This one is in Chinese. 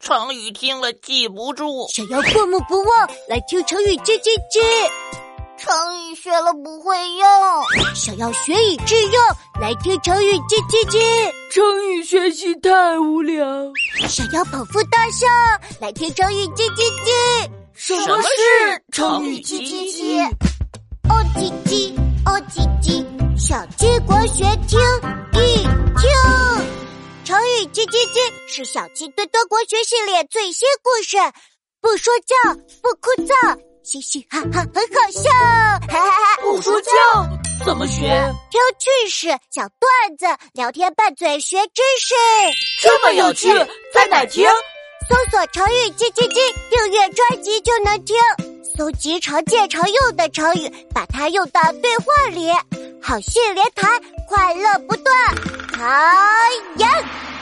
成语听了记不住。想要过目不忘，来听成语“吱吱吱”；成语学了不会用，想要学以致用，来听成语“吱吱吱”；成语学习太无聊。想要捧腹大笑，来听成语“叽叽叽”。什么是成语“叽叽叽”？哦叽叽，哦叽叽，小鸡国学听一听。成语“叽叽叽”是小鸡墩墩国学系列最新故事，不说教，不哭燥，嘻嘻哈哈很好笑。哈哈哈！不说教怎么学？挑趣事、小段子、聊天拌嘴学知识，这么有趣，在哪听？搜索“成语“叽叽叽”，订阅专辑就能听。搜集常见常用的成语，把它用到对话里，好戏连台，快乐不断。唐言。